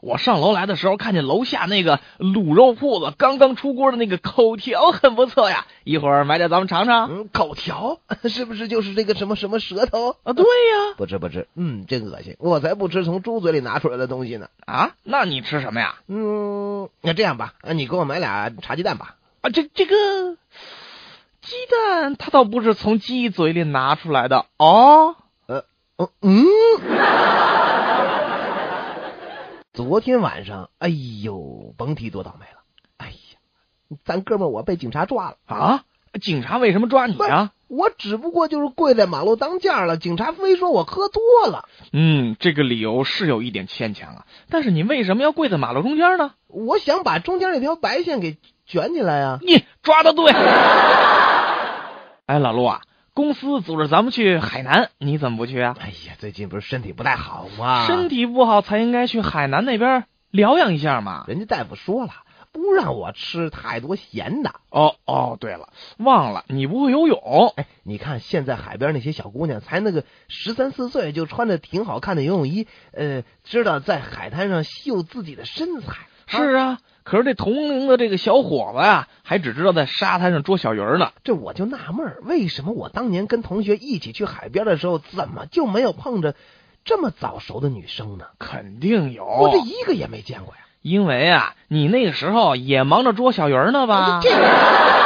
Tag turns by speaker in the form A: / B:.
A: 我上楼来的时候，看见楼下那个卤肉铺子刚刚出锅的那个口条很不错呀，一会儿买点咱们尝尝。
B: 嗯，口条 是不是就是这个什么什么舌头？
A: 啊，对呀，
B: 不吃不吃，嗯，真恶心，我才不吃从猪嘴里拿出来的东西呢。
A: 啊，那你吃什么呀？
B: 嗯，那这样吧，啊你给我买俩茶鸡蛋吧。
A: 啊，这这个鸡蛋，它倒不是从鸡嘴里拿出来的哦。
B: 哦，嗯， 昨天晚上，哎呦，甭提多倒霉了。哎呀，咱哥们儿我被警察抓了，
A: 啊，警察为什么抓你啊？
B: 我只不过就是跪在马路当间儿了，警察非说我喝多了。
A: 嗯，这个理由是有一点牵强啊。但是你为什么要跪在马路中间呢？
B: 我想把中间那条白线给卷起来啊！
A: 你抓的对。 哎，老陆啊，公司组织咱们去海南，你怎么不去啊？
B: 哎呀，最近不是身体不太好吗？
A: 身体不好才应该去海南那边疗养一下嘛。
B: 人家大夫说了，不让我吃太多咸的。
A: 哦哦，对了，啊忘了你不会游泳。
B: 哎，你看现在海边那些小姑娘，才那个十三四岁就穿着挺好看的游泳衣，呃，知道在海滩上秀自己的身材。
A: 是啊，可是这同龄的这个小伙子呀、还只知道在沙滩上捉小鱼儿呢。
B: 这我就纳闷儿，为什么我当年跟同学一起去海边的时候，怎么就没有碰着这么早熟的女生呢？
A: 肯定有，
B: 我这一个也没见过呀。
A: 因为啊，你那个时候也忙着捉小鱼儿呢吧？
B: 这个